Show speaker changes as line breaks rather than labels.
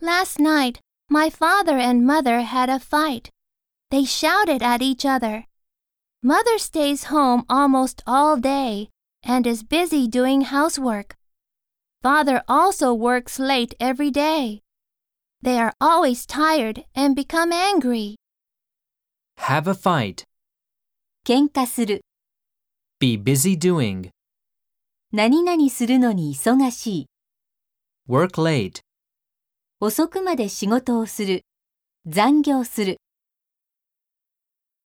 Last night, my father and mother had a fight. They shouted at each other. Mother stays home almost all day and is busy doing housework. Father also works late every day. They are always tired and become angry.
Have a fight.
喧嘩する、
Be busy doing.
何々するのに忙しい、
Work late.
遅くまで仕事をする、残業する。